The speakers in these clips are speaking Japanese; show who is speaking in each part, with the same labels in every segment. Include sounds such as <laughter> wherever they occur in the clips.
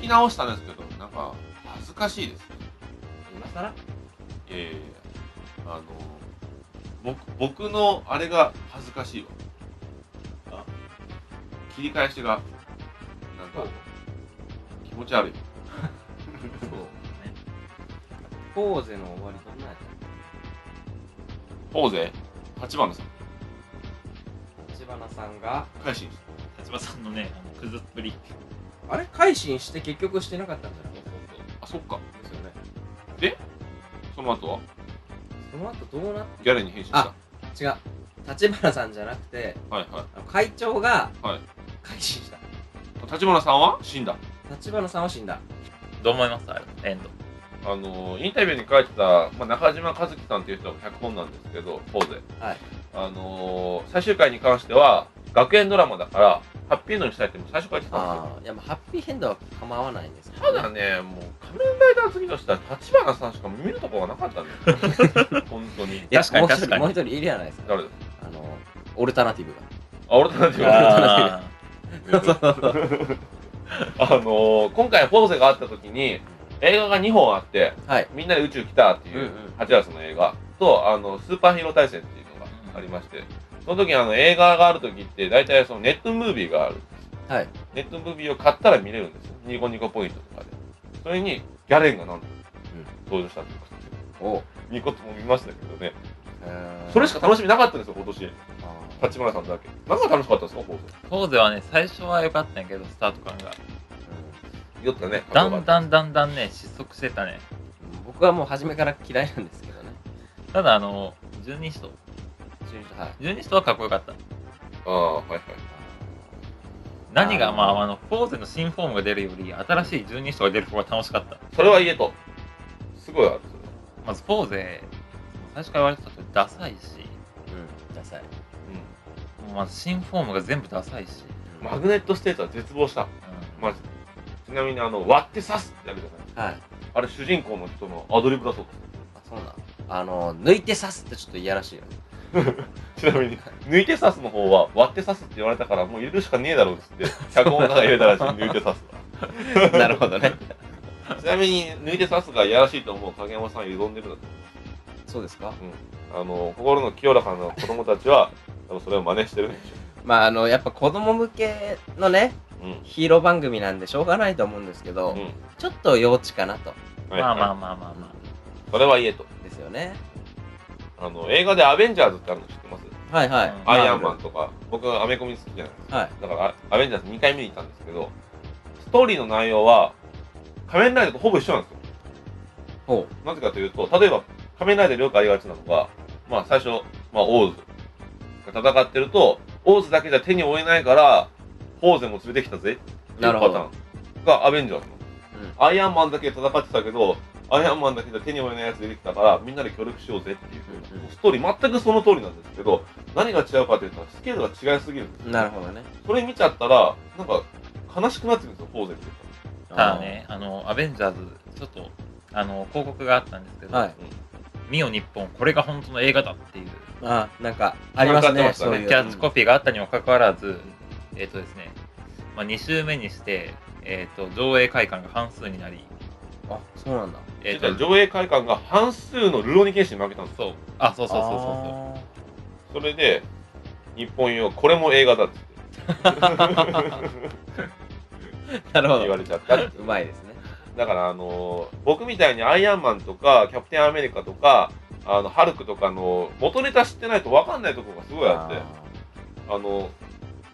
Speaker 1: き直したんですけど、なんか、恥ずかしいです。
Speaker 2: 今更
Speaker 1: いやいやいやあの、僕、僕のあれが恥ずかしいわ。あ切り返しが、なんか、気持ち悪い。
Speaker 2: そうね。ポーゼの終わりどんなや
Speaker 1: ポーゼ、立花さん、
Speaker 2: つ立花さんが、
Speaker 1: 改心し
Speaker 3: 立場さんのね、あのくずっぷり。
Speaker 2: あれ改心して結局してなかったんじゃない
Speaker 1: た。あ、そっか。
Speaker 2: ですよね。
Speaker 1: その後は、
Speaker 2: その後どうなっ
Speaker 1: ギャレに変身した。は
Speaker 2: あ違う。立花さんじゃなくて、
Speaker 1: いは
Speaker 2: あの会長が、
Speaker 1: はい
Speaker 2: 改心した。
Speaker 1: い。立花さんは死んだ。
Speaker 2: 立花さんは死んだ。
Speaker 3: どう思いますあれ、エンド。
Speaker 1: あのインタビューに書いてた、まあ、中島和樹さんという人が脚本なんですけど、ポーゼ。
Speaker 2: はい
Speaker 1: あの最終回に関しては、学園ドラマだから、ハッピーエンドにしたいってもう最初から言ってたんですよ。
Speaker 2: ああ、いや、まあ、ハッピーエンドは構わないんですけ
Speaker 1: た
Speaker 2: ど、
Speaker 1: だね、もう仮面ライダー好きとしたら、立花さんしか見るとこがなかったんです
Speaker 2: <laughs>
Speaker 1: よ。本当に。
Speaker 2: いや
Speaker 3: 確かに
Speaker 2: もう一
Speaker 3: 確
Speaker 2: 人
Speaker 3: かに
Speaker 2: もう一人いるじゃないですか。
Speaker 1: 誰です
Speaker 2: あの、オルタナティブが。
Speaker 1: あ、俺たちは。
Speaker 3: あ
Speaker 2: <laughs>
Speaker 1: あの今回ポーゼがあった時に、映画が2本あって、
Speaker 2: はい。
Speaker 1: みんなで宇宙来たっていううん
Speaker 2: うん
Speaker 1: 8月の映画と、あの、スーパーヒーロー対戦っていうのがありまして、その時あの映画がある時って大体そのネットムービーがある。
Speaker 2: はい。
Speaker 1: ネットムービーを買ったら見れるんですよ。ニコニコポイントとかで。それにギャレンがなんと登場したってことで
Speaker 2: おう
Speaker 1: ニコとも見ましたけどね。
Speaker 2: へー
Speaker 1: それしか楽しみなかったんですよ、今年。
Speaker 2: あー
Speaker 1: 立花さんだけ。何が楽しかったんですか、ポーズ。
Speaker 3: ーポーゼはね、最初は良かったんやけど、スタート感が。
Speaker 1: 酔ったね。
Speaker 3: だんだんだんだんね、失速してたね。
Speaker 2: うん僕はもう初めから嫌いなんですけどね。
Speaker 3: ただ、あの、十二使徒。
Speaker 2: はい。
Speaker 3: 十二使徒はかっこよかった。
Speaker 1: ああ、はいはい。
Speaker 3: 何が、
Speaker 2: あー
Speaker 3: まあ、あの、ポーゼの新フォームが出るより、新しい十二使徒が出る方が楽しかった。
Speaker 1: それは言えと。すごいある、それ。
Speaker 3: まず、ポーゼ、最初から言われてたけど、ダサいし、
Speaker 2: うん。ダサい。
Speaker 3: もうまず新フォームが全部ダサいし、
Speaker 1: うん。マグネットステートは絶望した。
Speaker 3: うん
Speaker 1: マジで。ちなみに、あの、割って刺すってやるじゃない。
Speaker 2: はい。
Speaker 1: あれ、主人公の人のアドリブだそうです。
Speaker 2: あそうなん。あの、抜いて刺すってちょっといやらしいよね。
Speaker 1: ちなみに、抜いて刺すの方は、割って刺すって言われたから、もう入れるしかねえだろうっつって、脚本家が入れたらしい、抜いて刺すは。 <laughs>
Speaker 2: なるほどね。
Speaker 1: ちなみに、抜いて刺すがいやらしいと思う影山さん、挑んでるんだと
Speaker 2: そうですか
Speaker 1: あの、心の清らかな子供たちは、多分それを真似してるんでし
Speaker 2: まあ、あの、やっぱ子供向けのね、
Speaker 1: ょ。うん。
Speaker 2: ヒーロー番組なんでしょうがないと思うんですけど、
Speaker 1: うん。
Speaker 2: ちょっと幼稚かなと。
Speaker 1: はい
Speaker 3: まあまあ
Speaker 1: は
Speaker 3: まあまあま
Speaker 1: いそれは言えと。
Speaker 2: あ。ですよね。
Speaker 1: あの、映画でアベンジャーズってあるの知ってます
Speaker 2: はいはい。
Speaker 3: うん
Speaker 1: アイアンマンとか、僕はアメコミ好きじゃないですか。
Speaker 2: はい。
Speaker 1: だから、アベンジャーズ2回見に行ったんですけど、ストーリーの内容は、仮面ライダーとほぼ一緒なんですよ。
Speaker 2: ほ
Speaker 1: なぜかというと、例えば、仮面ライダーでよくありがちなのが、まあ最初、まあオーズが戦ってると、オーズだけじゃ手に負えないから、ポーゼも連れてきたぜっていう
Speaker 2: な
Speaker 1: パ
Speaker 2: る
Speaker 1: タ
Speaker 2: ほど
Speaker 1: ーンがアベンジャーズの。
Speaker 2: う。うん。
Speaker 1: アイアンマンだけ戦ってたけど、アイアンマンだけじゃ手に負えないやつ出てきたから、みんなで協力しようぜっていう
Speaker 2: うんうん
Speaker 1: ストーリー、全くその通りなんですけど、何が違うかというと、スケールが違いすぎるんですよ
Speaker 2: なるほどね。
Speaker 1: それ見ちゃったら、なんか、悲しくなってくるんですよ、ポーゼって。
Speaker 3: あ。ただね、あの、アベンジャーズ、ちょっと、あの、広告があったんですけど、
Speaker 2: あー。はい。
Speaker 3: ミオ日本、これが本当の映画だっていう、
Speaker 2: あーなんか、あります
Speaker 1: なんかあり
Speaker 2: ね。
Speaker 1: ましたね
Speaker 2: そういう。
Speaker 3: キャッチコピーがあったにもかかわらず、えっ、とですね、まあ、2週目にして、えっ、と、上映会館が半数になり、
Speaker 2: あ、そうなんだ。
Speaker 3: えっ、
Speaker 1: 実は
Speaker 3: と、
Speaker 1: 上映会館が半数のルロニケンシに負けたんですよ。
Speaker 3: そう、あ、そうそうそうそうそう。
Speaker 2: あ
Speaker 1: そ
Speaker 2: ー
Speaker 1: れで、日本用、これも映画だって
Speaker 2: <laughs> なるほ
Speaker 1: 言わ
Speaker 2: ど。
Speaker 1: れちゃった。
Speaker 2: うまいですね。
Speaker 1: だから、あのー僕みたいにアイアンマンとか、キャプテンアメリカとか、あの、ハルクとかの元ネタ知ってないと分かんないところがすごいあって、
Speaker 2: ー
Speaker 1: あの、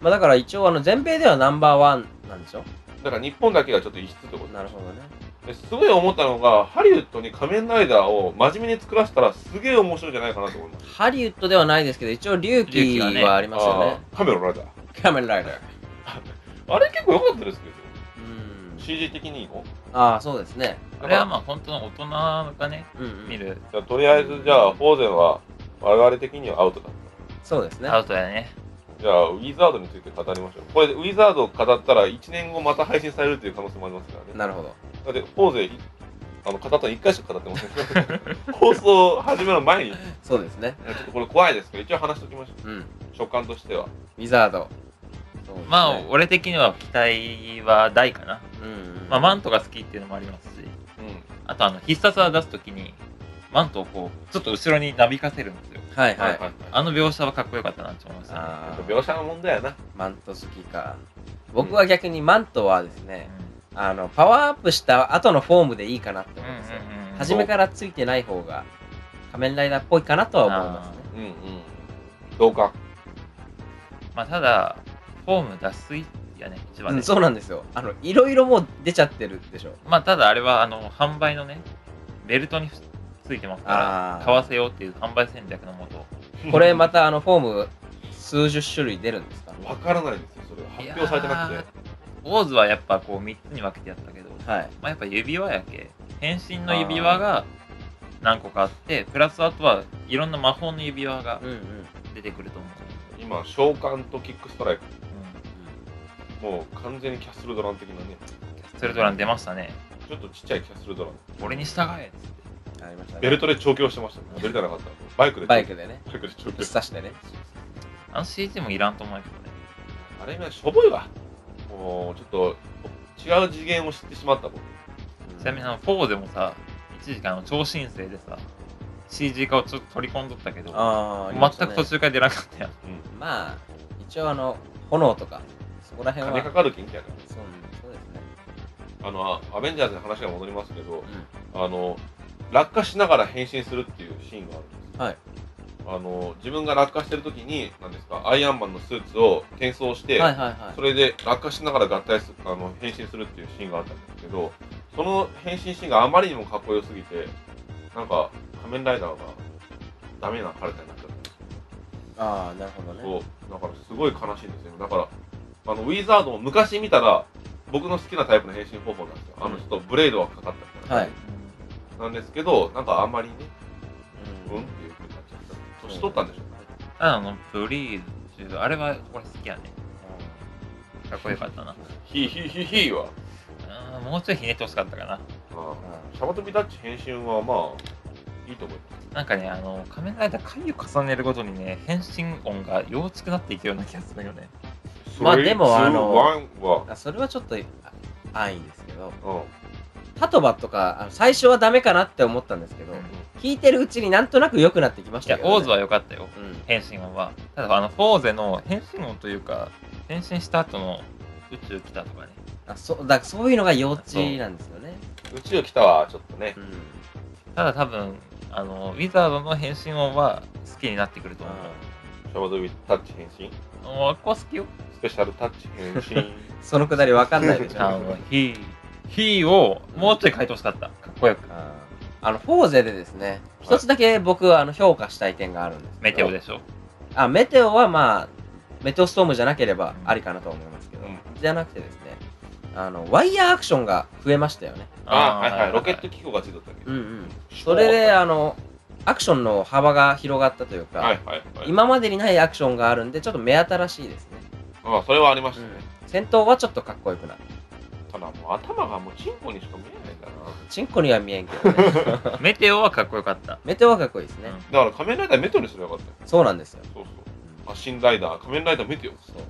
Speaker 2: まあだから一応あの全米ではナンバーワンなんでしょ
Speaker 1: だから日本だけがちょっと異質ってこと
Speaker 2: なるほどね。
Speaker 1: ですごい思ったのが、ハリウッドに仮面ライダーを真面目に作らせたらすげえ面白いんじゃないかなと思います。
Speaker 2: ハリウッドではないですけど、一応龍騎
Speaker 3: 龍騎はね
Speaker 2: はありますよね。
Speaker 1: あーカメラライダー。
Speaker 2: カメラライダー。
Speaker 1: あれ結構良かったですけど、
Speaker 2: うん。
Speaker 1: CG 的にいいの
Speaker 2: ああ、そうですね。
Speaker 3: あれはまあ、本当の大人がね、
Speaker 2: うん、うん。
Speaker 3: 見。る
Speaker 1: じゃあとりあえず、じゃあ、フォーゼンは我々的にはアウトだ。
Speaker 2: そうですね。
Speaker 3: アウトやね。
Speaker 1: じゃあ、ウィザードについて語りましょう。これ、ウィザードを語ったら1年後また配信されるという可能性もありますからね。
Speaker 2: なるほど。
Speaker 1: だって、フォーゼン、あの、語ったの1回しか語ってません <laughs> から放送始める前に、ち
Speaker 2: そうですね。
Speaker 1: ょっとこれ怖いですけど、一応話しておきましょ
Speaker 2: うん。
Speaker 1: う。食感としては。
Speaker 2: ウィザード。そうですね
Speaker 3: まあ、俺的には期待は大かな。
Speaker 2: うん
Speaker 3: まあ、マントが好きっていうのもありますし、
Speaker 1: うん
Speaker 3: あと、あの、必殺技出すときに、マントをこう、ちょっと後ろになびかせるんですよ。
Speaker 2: はいはい、
Speaker 1: はい
Speaker 3: あの描写はかっこよかったなって思いましたね。
Speaker 2: あー
Speaker 1: 描写の問題やな
Speaker 2: マント好きか僕は逆にマントはですね、
Speaker 3: う
Speaker 2: あのパワーアップした後のフォームでいいかなって
Speaker 3: ん
Speaker 2: 思
Speaker 3: う
Speaker 2: い
Speaker 3: ん
Speaker 2: ますね、
Speaker 3: うんうん
Speaker 2: 初めからついてない方が仮面ライダーっぽいかなとは思いますね
Speaker 1: うんうん同感
Speaker 3: まあ、ただ、フォーム脱水やね、一番
Speaker 2: う
Speaker 3: ね
Speaker 2: ん、。そうなんですよあのいろいろもう出ちゃってるでしょ
Speaker 3: まあ、ただあれは、あの、販売のね、ベルトについてますか
Speaker 2: あー
Speaker 3: ら、買わせようっていう販売戦略のもと、
Speaker 2: これまたあのフォーム数十種類出るんですか
Speaker 1: <laughs> わからないんですよそれは発表されてなく
Speaker 3: いや
Speaker 1: て
Speaker 3: オーズはやっぱこう3つに分けてやったけど、
Speaker 2: はい
Speaker 3: まあ、やっぱ指輪やけ変身の指輪が何個かあってプラスあとはいろんな魔法の指輪が
Speaker 2: うんうん
Speaker 3: 出てくると思う、
Speaker 1: 今召喚とキックストライク
Speaker 3: う
Speaker 1: もう完全にキャッスルドラン的なね
Speaker 3: ん、キャストルドラン出ましたね
Speaker 1: ちょっとちっちゃいキャッスルドラン
Speaker 3: 俺に従え
Speaker 2: ありましたね
Speaker 1: ベルトで調教してましたねベルトじゃなかったバイクで
Speaker 2: バイクでね
Speaker 1: バイクで調
Speaker 2: ぶ
Speaker 1: 教
Speaker 2: っ
Speaker 1: して
Speaker 2: 刺してね
Speaker 3: あの CG もいらんと思うけどね
Speaker 1: あれ今しょぼいわもうちょっと違う次元を知ってしまったもん
Speaker 3: ちなみにあのフォーでもさ一時間の超新星でさ CG 化をちょっと取り込んどったけど
Speaker 2: あー
Speaker 3: 全く途中から出なかったやん
Speaker 2: まあ一応あの炎とかそこら辺は
Speaker 1: 金かかる金やか
Speaker 2: そうそうですね
Speaker 1: らあのアベンジャーズの話が戻りますけどあの落下しながら変身するっていうシーンがあるんです
Speaker 2: はい
Speaker 1: あの自分が落下してる時に何ですかアイアンマンのスーツを転送して、
Speaker 2: はいはいはい
Speaker 1: それで落下しながら合体すあの変身するっていうシーンがあったんですけどその変身シーンがあまりにもかっこよすぎてなんか仮面ライダーがダメなカルタになっちゃったんです
Speaker 2: ああなるほどね
Speaker 1: そうだからすごい悲しいんですよだからあのウィザードも昔見たら僕の好きなタイプの変身方法なんですよあのちょっとブレードはかかったみたいな、
Speaker 2: はい
Speaker 1: なんですけどなんかあんまりね
Speaker 2: う
Speaker 1: うんんっていう風になっちゃった。年取ったんでしょうね。
Speaker 3: ただあのブリーズあれは俺好きやねかっこよかったな
Speaker 1: ひいひいひいひいは。
Speaker 3: うんもうちょいひねってほしかったかな
Speaker 1: あ
Speaker 2: うん
Speaker 1: あシャバトビダッチ変身はまあ、いいと思います。
Speaker 3: なんかね、あの、仮面ライダー回を重ねるごとにね、変身音が幼稚くなっていくような気がするよね。
Speaker 2: まあでもあの
Speaker 1: 1は、
Speaker 2: あそれはちょっとあ安易ですけど
Speaker 1: うん。
Speaker 2: タトバとかあの最初はダメかなって思ったんですけど、
Speaker 3: うん
Speaker 2: 聞いてるうちになんとなく良くなってきまし
Speaker 3: い
Speaker 2: た
Speaker 3: や、
Speaker 2: けど、ね、
Speaker 3: オーズは良かったよ、
Speaker 2: うん
Speaker 3: 変身音は。ただ、あの、フォーゼの変身音というか、変身した後の宇宙来たとかね。
Speaker 2: あそうだそういうのが幼稚なんですよね
Speaker 1: 宇宙来たはちょっとね
Speaker 2: う、ん
Speaker 3: ただ、多分、あの、ウィザードの変身音は好きになってくると思
Speaker 1: シャバトビタッチ変身、
Speaker 3: う。もう、ここ好きよ。
Speaker 1: スペシャルタッチ変身。
Speaker 2: そのくだりわかんないでし
Speaker 3: <laughs>
Speaker 2: ょ
Speaker 3: あの、ヒー、ヒーをもうちょい書いてほしかった。かっこよく。
Speaker 2: あーあのフォーゼでですね一つだけ僕はあの評価したい点があるんですけど
Speaker 3: メテオでしょ。
Speaker 2: あメテオはまあメテオストームじゃなければありかなと思いますけど、
Speaker 1: うん
Speaker 2: じゃなくてですねあのワイヤーアクションが増えましたよね
Speaker 1: ああ、はいはい。
Speaker 3: ー
Speaker 1: ロケット機構がついてたけど。
Speaker 2: うんそれであのアクションの幅が広がったというか、
Speaker 1: はいはいはい。
Speaker 2: 今までにないアクションがあるんでちょっと目新しいですね、
Speaker 1: ああ、それはありましたね。
Speaker 2: 戦闘はちょっとかっこよくなる
Speaker 1: ただもう頭がもうチンコにしか見えないんだな。
Speaker 2: チンコには見えんけどね
Speaker 3: メテオはかっこよかった。
Speaker 2: メテオはかっこいいですね、
Speaker 3: うん
Speaker 1: だから仮面ライダーメトにすればよかったよ。
Speaker 2: そうなんですよ、
Speaker 1: そうそう。マシンライダー、仮面ライダーメテオ。
Speaker 2: そう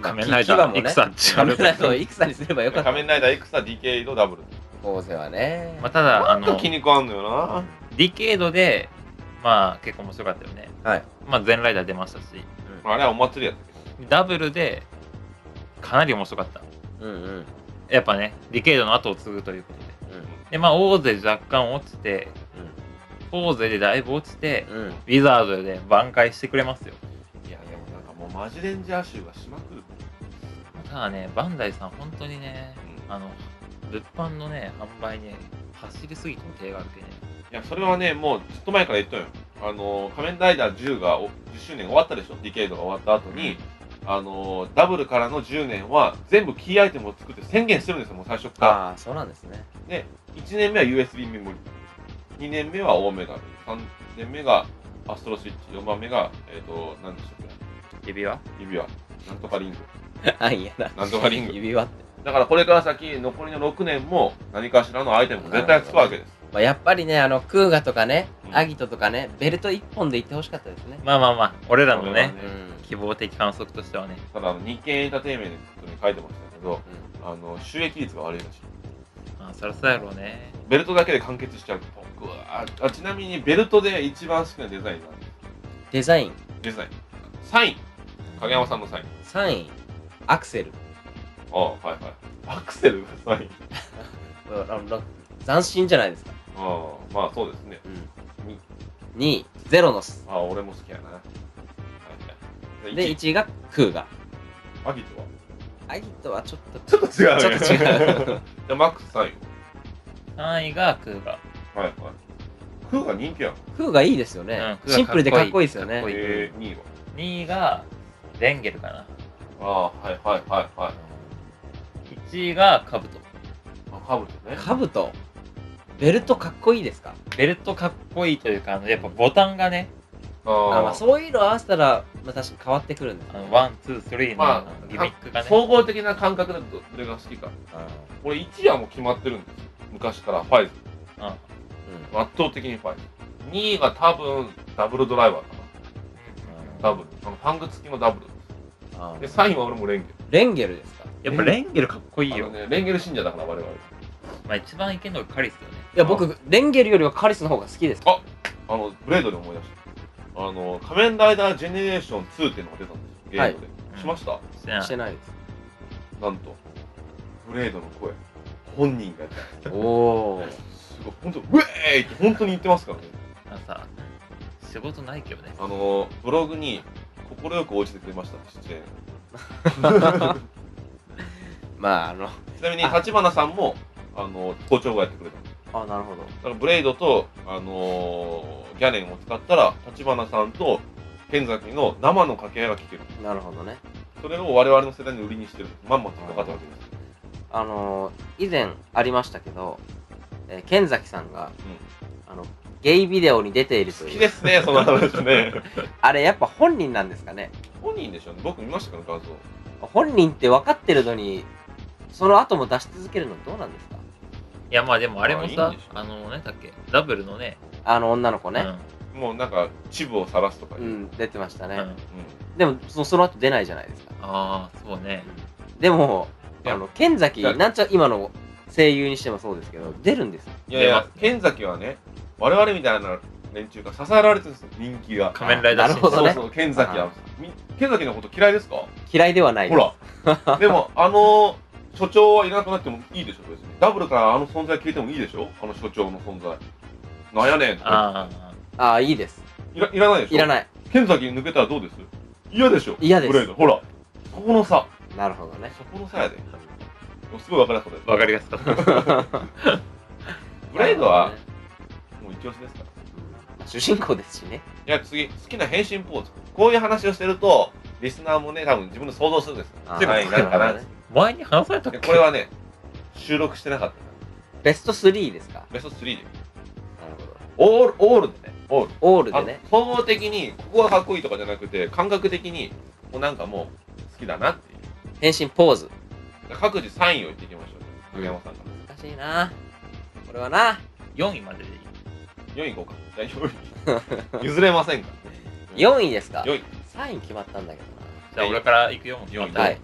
Speaker 3: 仮面ライダー、
Speaker 2: キキ
Speaker 3: イ
Speaker 2: バ
Speaker 3: クサ
Speaker 2: もね
Speaker 3: ンチ
Speaker 2: 仮面ライダーを戦にすればよかった
Speaker 1: 仮面ライダー X は DK のダブル。
Speaker 2: ポーゼはね、
Speaker 3: まあ、ただ、あ
Speaker 1: ちょっと
Speaker 3: の、
Speaker 1: 筋
Speaker 3: デ
Speaker 1: 肉あんのよな。
Speaker 3: ィケードで、まあ、結構面白かったよね。
Speaker 2: はい、
Speaker 3: まあ、全ライダー出ましたし、
Speaker 1: あれはお祭りやったけど。
Speaker 3: ダブルで、かなり面白かった。
Speaker 2: うんうんうん
Speaker 3: やっぱね、ディケードの後を継ぐということで。で、まあ、オーゼ若干落ちて、フォーゼでだいぶ落ちて、
Speaker 2: うんうん
Speaker 3: ウィザードで挽回してくれますよ。
Speaker 1: いやでもなんかもうマジレンジャー集がしまくる
Speaker 3: ただね、バンダイさん、本当にね、
Speaker 1: うん
Speaker 3: あの、物販のね、販売に走りすぎても手があるけね。
Speaker 1: いやそれはねもうずっと前から言っとんよあの仮面ライダー10がお10周年終わったでしょディケイドが終わった後に、あのダブルからの10年は全部キーアイテムを作って宣言してるんですよもう最初から
Speaker 2: ああそうなんですね
Speaker 1: 1年目は USB メモリ2年目はオーメガル3年目がアストロスイッチ4番目がえっ、と何でしたっ
Speaker 3: 指輪
Speaker 1: け指輪なんとかリング
Speaker 2: あいやだ
Speaker 1: なんとかリング
Speaker 2: 指輪って、
Speaker 1: だからこれから先残りの6年も何かしらのアイテムを絶対使うわけです
Speaker 2: まあ、やっぱりねあのクーガとかね、
Speaker 1: うん
Speaker 2: アギトとかねベルト一本でいってほしかったですね、
Speaker 3: まあまあまあ、俺らの
Speaker 1: 俺ら
Speaker 3: ね
Speaker 1: のね、
Speaker 2: うん
Speaker 3: 希希望的観測としてはね、
Speaker 1: ただあの日経エンターテインメントに書いてましたけどあの収益率が悪いらしい
Speaker 3: まあ、そりゃそうやろうね。
Speaker 1: ベルトだけで完結しちゃう僕はあちなみにベルトで一番好きなデザインは
Speaker 2: デザイン
Speaker 1: デザインサイン影山さんのサイン
Speaker 2: 3位アクセル
Speaker 1: ああはいはいアクセルがサイン
Speaker 2: ああのな斬新じゃないですか、
Speaker 1: ああまあそうですね
Speaker 2: うん、2位ゼロノス
Speaker 1: ああ俺も好きやなはいはい
Speaker 2: で
Speaker 1: 一
Speaker 2: 1位がクーガ
Speaker 1: アギトは
Speaker 2: アギトはちょっと
Speaker 1: ちょっと違う
Speaker 2: ちょっと違
Speaker 1: うじゃあマックスサイ
Speaker 3: 3位がクーガ。
Speaker 1: ンはいはいクーが人気やん
Speaker 2: クーガいいですよ
Speaker 3: うん
Speaker 2: ね、
Speaker 3: クーガ
Speaker 2: シンプルでかっこいいですよ
Speaker 3: かっこい
Speaker 2: ね
Speaker 3: い
Speaker 1: えー、2位は
Speaker 3: 2位がレンゲルかな。
Speaker 1: ああはいはいはいはい
Speaker 3: 1位がカブト。
Speaker 1: あカブトね
Speaker 2: カブトベルトかっこいいですか
Speaker 3: ベルトかっこいいというか、あのやっぱボタンがね、
Speaker 1: あ
Speaker 2: あ
Speaker 1: あ
Speaker 2: まあ、そういうの合わせたら、まあ、確かに変わってくるんです
Speaker 3: あのワン、ツー、スリーのあ
Speaker 1: まあ
Speaker 3: のギミックがね。
Speaker 1: 総合的な感覚だとどれが好きか俺1位はもう決まってるんですよ昔からファイズ
Speaker 3: うん
Speaker 1: 圧倒的にファイズ2位が多分ダブルドライバーかなダブルあのパング付きのダブル
Speaker 2: うん
Speaker 1: で3位は俺もレンゲ
Speaker 2: レンゲルですかい
Speaker 3: やっぱレンゲルかっこい
Speaker 1: ル
Speaker 3: い
Speaker 1: あ
Speaker 3: よ。
Speaker 1: のねレンゲル信者だから我々
Speaker 3: まあ一番いけんのがカリスだよね。
Speaker 2: や僕レンゲルよりはカリスの方が好きです
Speaker 1: ああのブレードで思い出したあの仮面ライダージェネレーション2っていうのが出たんですよゲームで、
Speaker 3: はい
Speaker 1: しました
Speaker 3: してない
Speaker 2: してないです
Speaker 1: なんとブレードの声本人がやった
Speaker 2: おお
Speaker 1: すごい本当ウェーイって本当に言ってますからね
Speaker 3: あのさ、仕事ないけどね。
Speaker 1: あのブログに快く応じてくれました出演
Speaker 2: まああの
Speaker 1: ちなみに
Speaker 2: あ
Speaker 1: 立花さんもあの校長がやってくれただ
Speaker 2: あなるほど
Speaker 1: からブレイドと、あのーギャレンを使ったら立花さんと剣崎の生の掛け合いが聞ける
Speaker 2: なるほどね
Speaker 1: それを我々の世代に売りにしてるまんまと戦ったわけです
Speaker 2: あのー以前ありましたけど、えー、剣崎さんが、あのゲイビデオに出ていると
Speaker 1: 好
Speaker 2: い
Speaker 1: き
Speaker 2: う
Speaker 1: ですねその話
Speaker 2: <laughs>
Speaker 1: ね
Speaker 2: あれやっぱ本人なんですかね
Speaker 1: 本人でしょうね僕見ましたから画像
Speaker 2: 本人って分かってるのにその後も出し続けるのどうなんですか
Speaker 3: いやまあでもあれも
Speaker 1: あいい
Speaker 3: さ
Speaker 1: んでし、ょ
Speaker 3: あの、何だっけ、ダブルのね、
Speaker 2: あの女の子
Speaker 3: う
Speaker 2: ね
Speaker 3: ん
Speaker 1: もうなんかチブを晒すとか
Speaker 2: う
Speaker 1: 言
Speaker 2: ん
Speaker 1: う、、
Speaker 2: 出てましたね、
Speaker 3: うん
Speaker 2: でもそその後出ないじゃないですか、
Speaker 3: ああ、そうね。
Speaker 2: でも
Speaker 1: いや
Speaker 2: あの剣崎
Speaker 1: いや
Speaker 2: なんちゃ今の声優にしてもそうですけど出るんですよ
Speaker 1: いやいや剣崎はね我々みたいな連中が支えられてるんですよ人気が
Speaker 3: 仮面ライダー
Speaker 2: なるほど
Speaker 1: そう
Speaker 2: ね
Speaker 1: そう剣崎はみ剣崎のこと嫌いですか
Speaker 2: 嫌いではないです
Speaker 1: ほら、でも、あの所長はいなくなってもいいでしょ、別に。ダブルからあの存在消えてもいいでしょ、あの所長の存在。なんやねんとか
Speaker 3: ああ、
Speaker 2: ああいいです
Speaker 1: いらいらないでしょ。
Speaker 2: いら
Speaker 1: い。
Speaker 2: ない
Speaker 1: 剣崎抜けたらどうです嫌でしょ。
Speaker 2: 嫌です
Speaker 1: ブレードほら、そこの差、
Speaker 2: なるほどね
Speaker 1: そこの差やで。もうすごい分かりやすかった
Speaker 3: わ
Speaker 1: り
Speaker 3: かりやすかった。
Speaker 1: ブレードはもう一押しですから。
Speaker 2: まあ主人公ですしね。
Speaker 1: いや、次、好きな変身ポーズ。こういう話をしてると、リスナーもね、多分自分で想像するんですよ。
Speaker 2: あー
Speaker 1: 世界になるかな
Speaker 2: なるほどね
Speaker 3: 前に話されたっ
Speaker 1: で
Speaker 3: け
Speaker 1: これはね、収録してなかった。
Speaker 2: <laughs> ベスト3ですか
Speaker 1: ベスト3で。
Speaker 2: なる
Speaker 1: オ
Speaker 2: ほど。
Speaker 1: ール、オールでね。オール。
Speaker 2: オール
Speaker 1: あの
Speaker 2: でね。
Speaker 1: 総合的にここはかっこいいとかじゃなくて感覚的にもうなんかもう好きだなっていう
Speaker 2: 変身ポーズ。
Speaker 1: だから各自3位を言っていきましょう影山さんから
Speaker 2: 難しいなこれはな
Speaker 3: 4位まででいい。
Speaker 1: 4位いこうかじゃあ4位 <laughs> 譲れませ
Speaker 2: <laughs>
Speaker 1: んか
Speaker 2: 4位ですか
Speaker 1: 4位
Speaker 2: ?3 位決まったんだけ
Speaker 3: じゃあ俺から行くよ。
Speaker 1: 4位
Speaker 2: はい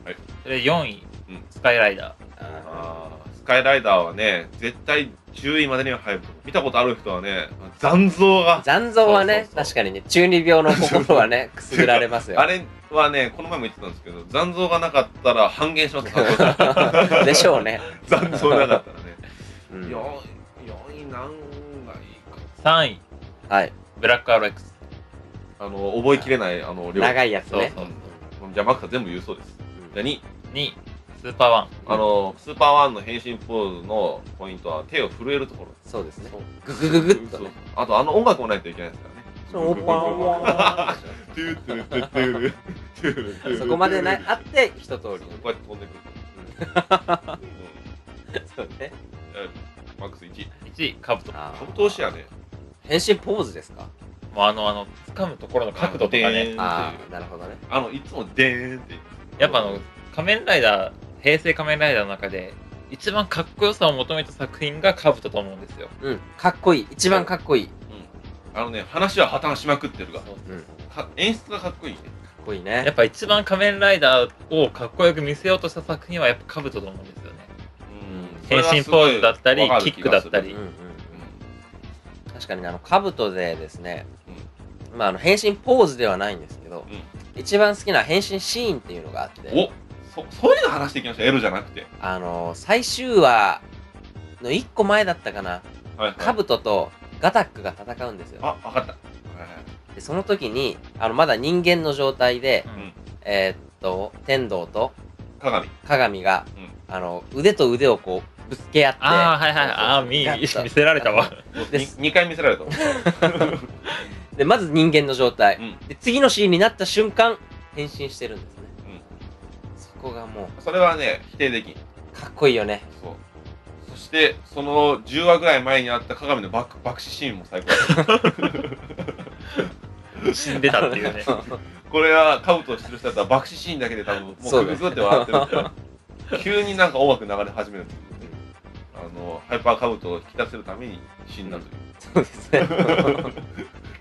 Speaker 3: で4位
Speaker 1: うん、
Speaker 3: スカイライダ
Speaker 2: どな。
Speaker 1: あースカイライダーはね絶対10位までには入ると思う見たことある人はね残像が
Speaker 2: 残像はね
Speaker 1: そうそうそう
Speaker 2: 確かにね、中二病の心は
Speaker 1: <laughs>
Speaker 2: ね、くすぐられますよ
Speaker 1: あ。れはねこの前も言ってたんですけど残像がなかったら半減し
Speaker 2: <laughs>
Speaker 1: ます
Speaker 2: でしょうね。
Speaker 1: 残像なかった
Speaker 2: <laughs>
Speaker 1: らね
Speaker 2: うん
Speaker 1: 4位何がいいか
Speaker 3: ー、3位、
Speaker 2: はい。
Speaker 3: ブラック RX。
Speaker 1: あの覚えきれないあの量
Speaker 2: 長いやつね。
Speaker 3: そうそう
Speaker 1: じゃあマックさん全部言うそうです。じゃあ2、
Speaker 3: 2位、スーパーワン。
Speaker 1: あの、スーパーワンの変身ポーズのポイントは手を震えるところ。
Speaker 2: そうですね。ググググッと
Speaker 1: そう
Speaker 2: ね。
Speaker 1: あとあの音楽もないといけないですからね。
Speaker 2: そのオーパーワ
Speaker 1: トゥートゥルトゥトゥルトゥルトゥ <laughs>
Speaker 2: ー
Speaker 1: ル
Speaker 2: <laughs> そこまでないあって一通
Speaker 1: こ
Speaker 2: り
Speaker 1: うやって飛んでくる。
Speaker 2: そうね。
Speaker 1: うんうんマックス1。
Speaker 3: 1位、カブト。も
Speaker 2: あー
Speaker 1: カブト推しやね。
Speaker 2: 変身ポーズですか
Speaker 3: うあの、あの、掴むところの角度とかね。
Speaker 2: あ
Speaker 1: あ
Speaker 2: あ、なるほどね。
Speaker 1: あの、いつもでーんって言います
Speaker 3: やっぱあの、仮面ライダー、平成仮面ライダーの中で、一番かっこよさを求めた作品がカブトと思うんですよ。
Speaker 2: うん。かっこいい。一番かっこいい。
Speaker 1: うんあのね、話は破綻しまくってるが、
Speaker 3: そう
Speaker 2: うん。
Speaker 1: か演出がかっこいいね。
Speaker 2: こいい
Speaker 3: やっ
Speaker 2: ね。
Speaker 3: ぱ一番仮面ライダーをかっこよく見せようとした作品はやっぱカブトと思うんですよね。
Speaker 1: うん
Speaker 3: 変身ポーズだったり
Speaker 1: それはすごい
Speaker 3: キックだった
Speaker 2: う
Speaker 3: り
Speaker 2: ん
Speaker 1: わ
Speaker 2: う
Speaker 1: かる
Speaker 2: ん。確かにねあの、兜でですね、
Speaker 1: 気がする
Speaker 2: まあ、あの、変身ポーズではないんですけど、
Speaker 1: うん
Speaker 2: 一番好きな変身シーンっていうのがあって、
Speaker 1: うんおそそういうの話していきましょうエロじゃなくて
Speaker 2: あの、最終話の一個前だったかな、
Speaker 1: はいはい
Speaker 2: カブトとガタックが戦うんですよ。
Speaker 1: あ分かったはいはい
Speaker 2: でその時に、あの、まだ人間の状態で、
Speaker 1: ん
Speaker 2: えーっと、天道と
Speaker 1: 鏡
Speaker 2: 鏡が、あの、腕と腕をこう、ぶつけ合って、
Speaker 3: ああ、はいはい。
Speaker 2: そうそう
Speaker 3: ああ、見、
Speaker 2: ガッと
Speaker 3: 見せられたわ。
Speaker 2: <laughs> で
Speaker 1: に二回見せられたもん
Speaker 2: で、まず人間の状態
Speaker 1: う。ん
Speaker 2: で、次のシーンになった瞬間、変身してるんですね。そこがも
Speaker 1: それはね否定できん
Speaker 2: う、かっこいいよね。
Speaker 1: そうそしてその10話ぐらい前にあった鏡の爆爆死シーンも最
Speaker 2: <laughs>
Speaker 1: 高だった
Speaker 3: 死んでたってい
Speaker 2: <laughs>
Speaker 3: うね。
Speaker 1: これはカブトを知る人だったら爆死シーンだけで多分もう
Speaker 2: <laughs> そう
Speaker 1: ク
Speaker 2: だ
Speaker 1: ズクズ
Speaker 2: ね
Speaker 1: って笑ってるから急になんか音楽流れ始めるっていうあのハイパーカブトを引き出せるために死んだという
Speaker 2: そうですね。
Speaker 1: <laughs>
Speaker 2: <laughs>
Speaker 1: でも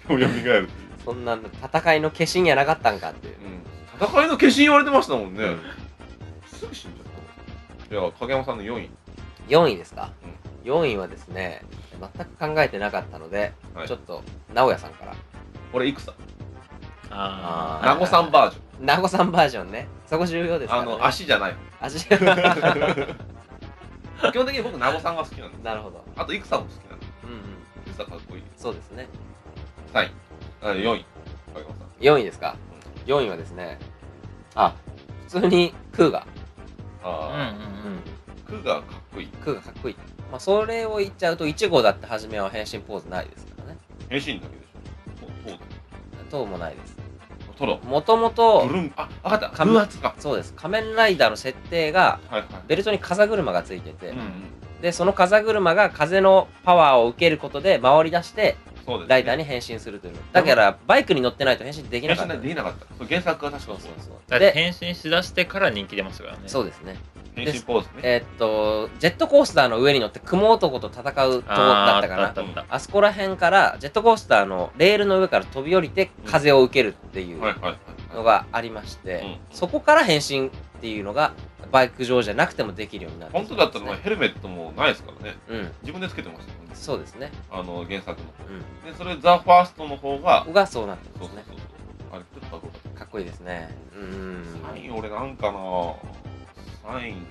Speaker 1: 蘇る
Speaker 2: そんなん戦いの化身やなかったんかっていう。
Speaker 1: うん、戦いの化身言われてましたもんね、すぐ死んじゃったいや影山さんの4位、
Speaker 2: 4位ですか、?4 位はですね、全く考えてなかったので、
Speaker 1: はい
Speaker 2: ちょっと、直哉さんから。
Speaker 1: 俺戦
Speaker 3: あ
Speaker 2: あ
Speaker 1: 名護さんバージョン
Speaker 2: <laughs> 名護さんバージョンね。そこ重要ですか
Speaker 1: あ
Speaker 2: ら、ね。
Speaker 1: の <laughs> 足じゃない
Speaker 2: 足。
Speaker 1: 基本的に僕名護さんが好きなんです
Speaker 2: <laughs> なるほど。
Speaker 1: あと戦も好きなんで
Speaker 2: うんうん。
Speaker 1: す戦かっこいい
Speaker 2: そうですね。
Speaker 1: 3位あ4位影山さん
Speaker 2: 4位ですか ?4 位はですね、あ、普通に空が、
Speaker 3: あ。
Speaker 1: あ
Speaker 2: う
Speaker 3: うんうん
Speaker 1: あ、ク
Speaker 2: ん、
Speaker 3: うん。
Speaker 1: がかっこいい
Speaker 2: 空がかっこいい。まあ、それを言っちゃうと、1号だって初めは変身ポーズないですからね。
Speaker 1: 変身だけでしょそうそう
Speaker 2: 等もないです。
Speaker 1: トロ
Speaker 2: もともと
Speaker 1: ブ、ルンあ分かった
Speaker 2: 髪
Speaker 1: 風圧か
Speaker 2: そうです。仮面ライダーの設定が、
Speaker 1: はいはい
Speaker 2: ベルトに風車がついてて、
Speaker 1: うんうん
Speaker 2: で、その風車が風のパワーを受けることで回り出して、
Speaker 1: そうですね
Speaker 2: ライダーに変身するという。だから、バイクに乗ってないと変身できな
Speaker 1: 変
Speaker 2: か
Speaker 1: 身な
Speaker 2: った
Speaker 1: ん。てできなかったそう原作は確
Speaker 2: そ
Speaker 1: か
Speaker 2: う
Speaker 1: そ
Speaker 2: そううそ
Speaker 3: だ
Speaker 2: う。
Speaker 3: って
Speaker 2: で、
Speaker 3: 変身しだしてから人気出ましたからね。
Speaker 2: そうですね。
Speaker 1: 変身ポーズね
Speaker 2: えーっと、ジェットコースターの上に乗って雲男と戦うとこだったか
Speaker 3: あ
Speaker 2: な
Speaker 3: ー。あったあっ
Speaker 2: あそこら辺から、ジェットコースターのレールの上から飛び降りて風を受けるっていう
Speaker 1: はいはいはい
Speaker 2: のがありまして、
Speaker 1: うん
Speaker 2: そこから変身っていうのが、バイク上じゃなくてもできるようになって
Speaker 1: 本当だったらまあヘルメットもないですからね
Speaker 2: うん、
Speaker 1: 自分でつけてましたもんね
Speaker 2: そうですね。
Speaker 1: あの原作の
Speaker 2: うん。
Speaker 1: でそれザ・ファーストの方が
Speaker 2: ここがそうなって
Speaker 1: そ
Speaker 2: ま
Speaker 1: うそ
Speaker 2: す
Speaker 1: う
Speaker 2: ね。
Speaker 1: そうあれちょっとかっこよかった
Speaker 2: かっこいいですね。うん。
Speaker 1: サイン俺なんかなサインか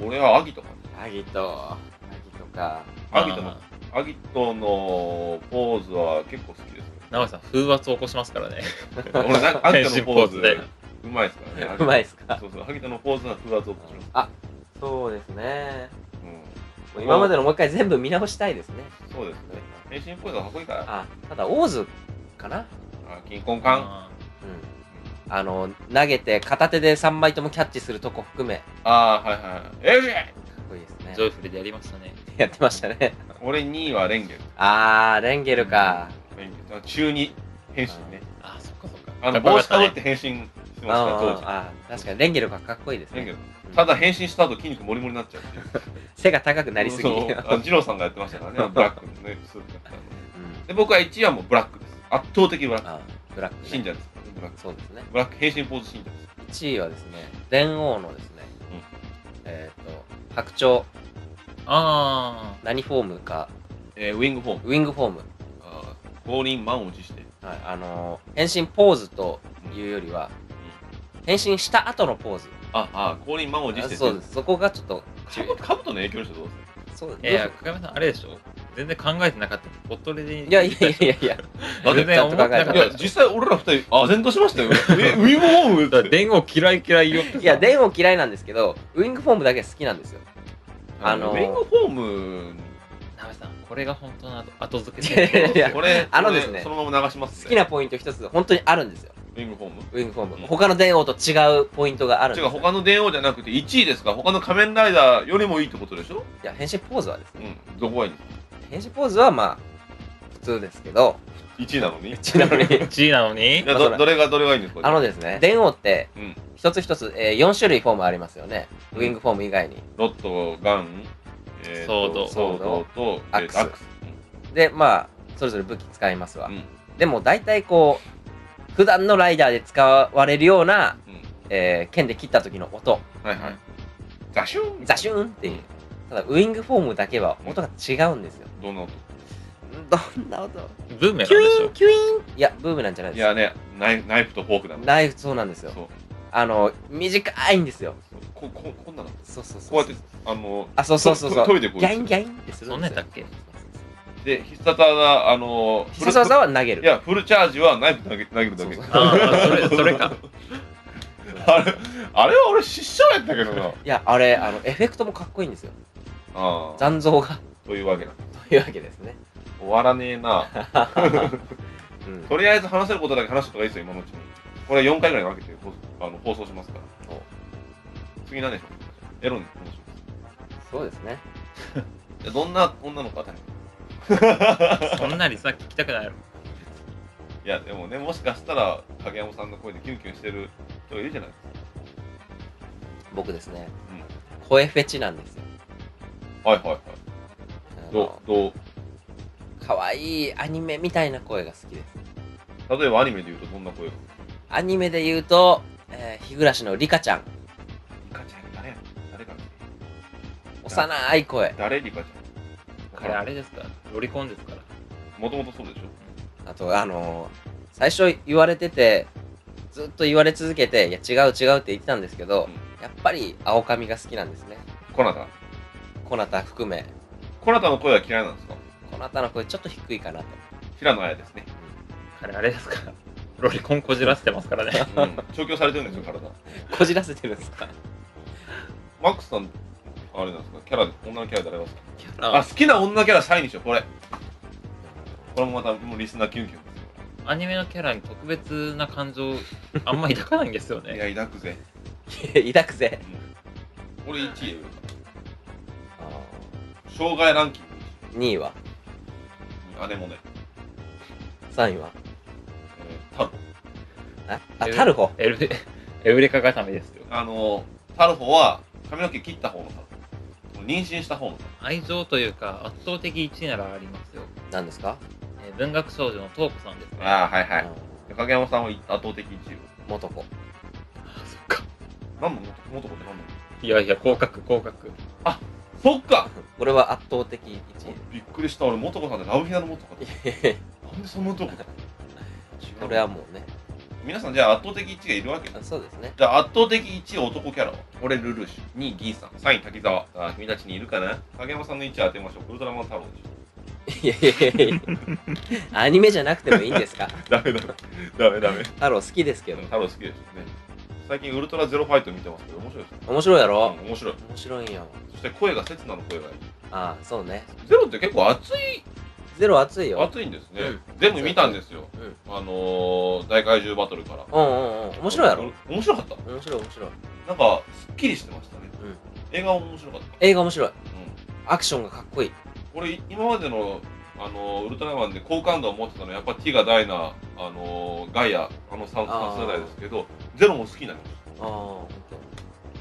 Speaker 1: 俺はアギトか
Speaker 2: アギト。アギトか。
Speaker 1: な
Speaker 3: た。
Speaker 1: アギトのアギトのポーズは結構好きです
Speaker 3: <laughs>
Speaker 1: ね
Speaker 3: 直さん、風圧を起こしますからね。
Speaker 1: 俺なんかアギトのポーズ
Speaker 3: 変身ポーズで
Speaker 1: うまいですからね
Speaker 2: <laughs> うまい
Speaker 1: い
Speaker 2: ですか
Speaker 1: そうそうアギトのポーズは風圧を起こします
Speaker 2: あ、そうですね。
Speaker 1: う
Speaker 2: もう今までのもう一回全部見直したいですね。
Speaker 1: んそうですね変身ポーズはかっこいいから
Speaker 2: あ、ただ、オーズかな
Speaker 1: あ金婚感
Speaker 3: あ
Speaker 2: うん、あの投げて片手で3枚ともキャッチするとこ含めか
Speaker 1: ああはいはいエルジェ
Speaker 2: っこいいです
Speaker 3: ー
Speaker 2: ね
Speaker 3: ジョイフルでやりましたね。
Speaker 2: やってましたね
Speaker 1: 俺2位はレンゲル
Speaker 2: あーレンゲルか、
Speaker 1: レンゲルだから中2変身ね
Speaker 3: ああ、そっかそっか。
Speaker 1: あ
Speaker 3: か
Speaker 1: の
Speaker 3: っこよ
Speaker 1: 帽子
Speaker 3: かっ
Speaker 1: か
Speaker 3: た
Speaker 1: ぶ
Speaker 3: ね
Speaker 1: って変身して
Speaker 2: う
Speaker 1: まし
Speaker 2: ん
Speaker 1: たから当時
Speaker 2: あー確かにレンゲルがかっこいいです
Speaker 1: だけ
Speaker 2: ね
Speaker 1: ど
Speaker 2: うん
Speaker 1: ただ変身した後筋肉もりもりになっちゃうっていう
Speaker 2: 背が高くなりすぎ
Speaker 1: そうあの二郎さんがやってました <laughs> からねブラックのねスーツだったの
Speaker 2: うん
Speaker 1: で僕は1位はもうブラックです圧倒的ブラック
Speaker 2: あーブラック、ね、
Speaker 1: 信者ですブラック
Speaker 2: そうですね
Speaker 1: ブラック変身ポーズ信者です
Speaker 2: 1位はですね電王のですね、
Speaker 1: うん
Speaker 2: えっ、と白鳥
Speaker 3: あ
Speaker 2: 何フォームか
Speaker 1: えーウィングフォーム
Speaker 2: ウィングフォーム、
Speaker 1: あー降臨満を持して
Speaker 2: はい、あのー変身ポーズというよりは、変身した後のポーズ
Speaker 1: ああー降臨満を持して
Speaker 2: そうですそこがちょっと
Speaker 1: カブカブトの影響の人どうですか
Speaker 2: そう
Speaker 3: あ。いや、久我山さん、あれでしょ全然考えてなかった。ポトレで。
Speaker 2: いやいやいやいや、
Speaker 1: だって
Speaker 3: 全然思ってなか
Speaker 2: カ
Speaker 3: っ
Speaker 2: ブ
Speaker 1: い
Speaker 2: ト
Speaker 1: や
Speaker 3: た。
Speaker 1: 実際俺ら二人あ然としま <laughs> したよえウィングフォームだって
Speaker 3: 電王嫌い嫌いよ。
Speaker 2: いや、電王嫌いなんですけど、ウィングフォームだけ好きなんですよ。あの
Speaker 1: ウィングフォーム
Speaker 3: ナベさん、これが本当の後後付け。
Speaker 2: いやいや <laughs>
Speaker 1: これ
Speaker 2: あのですね
Speaker 1: これそのまま流します
Speaker 2: 好
Speaker 1: ね
Speaker 2: きなポイント一つ、本当にあるんですよ。
Speaker 1: ウィングフォーム
Speaker 2: ウィングフォーム。
Speaker 1: うん
Speaker 2: 他の電王と違うポイントがあるん
Speaker 1: 違
Speaker 2: で
Speaker 1: う
Speaker 2: すよ。
Speaker 1: 他の電王じゃなくて1位ですか他の仮面ライダーよりもいいってことでしょ
Speaker 2: いや、変身ポーズはです
Speaker 1: う
Speaker 2: ね。
Speaker 1: んどこがいいんですか
Speaker 2: 変身ポーズはまあ、普通ですけど、
Speaker 1: 1位なのに
Speaker 2: ちなみに
Speaker 3: 1位なのに
Speaker 1: いや
Speaker 2: まあそ
Speaker 1: ど
Speaker 2: れ
Speaker 1: どれがどれがいいんですか
Speaker 2: あのですね、電王って
Speaker 1: うん、
Speaker 2: 一つ一つ、えー、4種類フォームありますよね。ウィングフォーム以外に。
Speaker 1: ロットガン、え
Speaker 3: ソード
Speaker 1: ソードと
Speaker 2: アックス
Speaker 1: えーとアックス
Speaker 2: で、まあ、それぞれ武器使いますわ
Speaker 1: う。ん
Speaker 2: でも、大体こう、普段のライダーで使われるような、
Speaker 1: うん
Speaker 2: えー剣で切った時の音、
Speaker 1: はいはいザシューン
Speaker 2: ザシューンっていう。ただ、ウイングフォームだけは音が違うんですよ。
Speaker 1: どの音
Speaker 2: どんな音
Speaker 3: ブーメランで
Speaker 2: キュイ
Speaker 3: し
Speaker 2: ー
Speaker 3: ょ
Speaker 2: ン、キュイーンいや、ブームなんじゃない
Speaker 1: い
Speaker 2: です
Speaker 1: やねナイナイフとフォークなんだ
Speaker 2: ナイフ、そうなんですよ。
Speaker 1: そう
Speaker 2: あの、短いんですよ。
Speaker 1: そうこここんなのこ
Speaker 2: そうそうそう。
Speaker 1: うやってあの
Speaker 2: あ、そうそうそうそう。
Speaker 1: トイレこう
Speaker 2: ギャインギャインってする
Speaker 3: そん
Speaker 2: ん
Speaker 3: な
Speaker 2: で
Speaker 3: ん
Speaker 2: す
Speaker 3: や
Speaker 2: よ
Speaker 3: ったっけ
Speaker 1: で必殺技あの
Speaker 2: 必殺技は投げ
Speaker 1: フル
Speaker 2: る。
Speaker 1: いやフルチャージはナイフ投げ投げるだけ
Speaker 2: そうそう
Speaker 3: ああ、それ、それか。
Speaker 1: あれあれは俺失笑やったけど
Speaker 2: <laughs>
Speaker 1: ない
Speaker 2: や、あれ、あの、エフェクトもかっこいいんですよ。
Speaker 1: ああ
Speaker 2: 残像が。
Speaker 1: というわけだ
Speaker 2: というわけですね。
Speaker 1: 終わらねえな <laughs>
Speaker 2: うん。
Speaker 1: とりあえず話せることだけ話しとかいいですよ、今のうちに。これ4回ぐらいに分けて放あの放送しますから。次何でしょうエロに話しま
Speaker 2: そうですね。
Speaker 1: す。でどんな女の子がタイプ
Speaker 3: そんなにさ、聞きたくないやろ。
Speaker 1: いや、でもね、もしかしたら影山さんの声でキュンキュンしてる人がいるじゃないですか。
Speaker 2: 僕ですね。声フェチなんですよ。
Speaker 1: はいはいはい。
Speaker 2: あ
Speaker 1: ど
Speaker 2: の
Speaker 1: う、ど
Speaker 2: 可愛いアニメみたいな声が好きです。
Speaker 1: う、例えばアニメで言うとどんな声が
Speaker 2: アニメで言うと、えー日暮らしのリカちゃん。
Speaker 1: リカちゃん誰や誰かな
Speaker 2: 幼い声。
Speaker 1: 誰リカちゃん
Speaker 3: 彼、あれですから。ロリコンですから。
Speaker 1: もともとそうでしょ
Speaker 2: あと、あのー最初言われてて、ずっと言われ続けて、いや、違う違うって言ってたんですけど、やっぱり青髪が好きなんですね。
Speaker 1: コナタ。
Speaker 2: コナタ含め。
Speaker 1: コナタの声は嫌いなんですか
Speaker 2: コナタの声ちょっと低いかなと。
Speaker 1: 平野綾です <laughs> ね。
Speaker 3: 彼、あれですから。ロリコンこじらせてますからね。
Speaker 1: うん。調教されてるんですよ、体。
Speaker 2: こじらせてるんですか <laughs>
Speaker 1: マックスさん、あれなんですかキャラ、女のキャラ誰が好き
Speaker 2: キ
Speaker 1: あ、
Speaker 2: ャ
Speaker 1: 好きな女キャラシャイにしよう、これ。これもまた、もうリスナーキュンキュンですよ。
Speaker 3: アニメのキャラに特別な感情、あんま抱かないんですよ
Speaker 1: い
Speaker 3: ね。
Speaker 1: や、抱くぜ。
Speaker 2: ラ、抱くぜ。
Speaker 1: うん俺1位よ。障害ランキング
Speaker 2: 2位は
Speaker 1: 1位。姉もね、
Speaker 2: ?3 位は
Speaker 1: えー、タル
Speaker 2: あ、あタルホ
Speaker 3: エル、エウレカ固めですよ。
Speaker 1: あのー、タルホは髪の毛切った方のタル。妊娠した方のタル。
Speaker 3: 愛情というか、圧倒的1位ならありますよ。
Speaker 2: なんですか、
Speaker 3: えー文学少女のトーコさんですね。
Speaker 1: ああ、はいは
Speaker 2: あの
Speaker 1: い。影山さんは圧倒的1位よ。
Speaker 2: 元子。
Speaker 3: そっか。
Speaker 1: 何の元子って何の
Speaker 3: いやいや、降格、降格。
Speaker 1: そっか
Speaker 2: これは圧倒的1
Speaker 1: びっくりした、俺、元子さんでラブヒナの元子だ。 <laughs>
Speaker 2: 位。
Speaker 1: なんでその元子だ
Speaker 2: これはもうね。
Speaker 1: 皆さん、じゃあ圧倒的1位がいるわけ
Speaker 2: あそうですね。
Speaker 1: じゃあ圧倒的1位男キャラは俺ルルーシュ2位ギーさん3位滝沢あー君たちにいるかな影山さんの位置当てましょうウルトラマン太郎でしょ
Speaker 2: いやいやい
Speaker 1: <laughs>
Speaker 2: やいやアニメじゃなくてもいいんですか
Speaker 1: ダメダメダメダメ
Speaker 2: 太郎好きですけど。
Speaker 1: 太郎好きですよね最近ウルトラゼロファイト見てますけど面白いですね
Speaker 2: 面白いやろ、
Speaker 1: うん面白い
Speaker 2: 面白いんよ。
Speaker 1: そして声が刹那の声がいい
Speaker 2: ああ、そうね。
Speaker 1: ゼロって結構熱い
Speaker 2: ゼロ熱いよ。
Speaker 1: 熱いんですね、全部見たんですよ
Speaker 2: うん。
Speaker 1: あのー、大怪獣バトルから
Speaker 2: うんうんうん。面白いやろ
Speaker 1: 面白かった
Speaker 2: 面白い面白い。
Speaker 1: なんかすっきりしてましたね、
Speaker 2: うん
Speaker 1: 映画も面白かった、
Speaker 2: 映画面白い。
Speaker 1: うん
Speaker 2: アクションがかっこいい。
Speaker 1: 俺今までのあのウルトラマンで好感度を持ってたのはやっぱティガダイナあのガイアあの 3,
Speaker 2: あー
Speaker 1: 世代ですけどゼロも好きになりまし
Speaker 2: ああ、ほんと。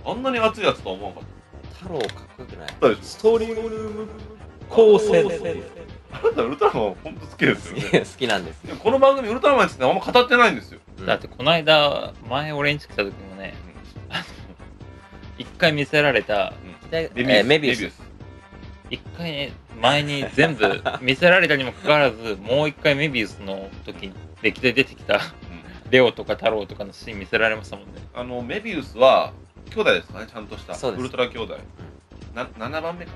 Speaker 1: たあんなに熱いやつとは思わなかっ
Speaker 2: 太郎かっこよくない
Speaker 1: たでし
Speaker 2: ストーリー構成
Speaker 1: ょあなたウルトラマン本当好きですよね
Speaker 2: いや好きなんです。
Speaker 1: でもこの番組ウルトラマンについてあんま語ってないんですよ、
Speaker 3: だって、この間、前俺ん家来た時もね、一回見せられた、
Speaker 2: え
Speaker 1: レビュー
Speaker 2: ーメビウス。
Speaker 3: 一回ね、前に
Speaker 2: <laughs>
Speaker 3: 全部見せられたにもかかわらず、もう一回メビウスの時に、歴代出てきた
Speaker 2: <laughs>
Speaker 3: レオとか太郎とかのシーン見せられましたもんね。
Speaker 1: あのメビウスは兄弟ですかねちゃんとした
Speaker 2: そうです
Speaker 1: ウルトラ兄弟な7番目か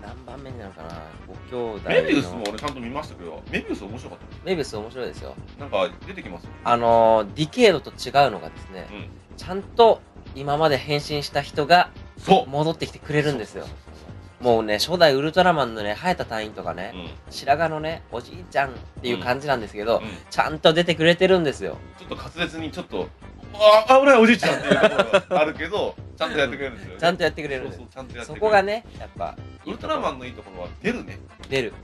Speaker 2: 何番目になるかなご兄弟
Speaker 1: な
Speaker 2: の。
Speaker 1: メビウスも俺ちゃんと見ましたけどメビウス面白かった
Speaker 2: メビウス面白いですよ。
Speaker 1: なんか出てきますよね
Speaker 2: あのー、ディケードと違うのがですね、
Speaker 1: うん
Speaker 2: ちゃんと今まで変身した人が
Speaker 1: そう
Speaker 2: 戻ってきてくれるんですよ
Speaker 1: そう。そうそうそう
Speaker 2: もうね、初代ウルトラマンのね、生えた隊員とかね、
Speaker 1: うん
Speaker 2: 白髪のね、おじいちゃんっていう感じなんですけど、
Speaker 1: うん
Speaker 2: ちゃんと出てくれてるんですよ。
Speaker 1: ちょっと滑舌にちょっと、ああ、危ないおじいちゃんっていうところがあるけど、
Speaker 2: <laughs>
Speaker 1: ちゃんとやってくれるんですよ、ね。
Speaker 2: ちゃんとやってくれるんです
Speaker 1: そうそう、ちゃんとやって
Speaker 2: そ
Speaker 1: くれる。
Speaker 2: こがね、やっぱ、
Speaker 1: ウルトラマンのいいところは出るね。
Speaker 2: 出る。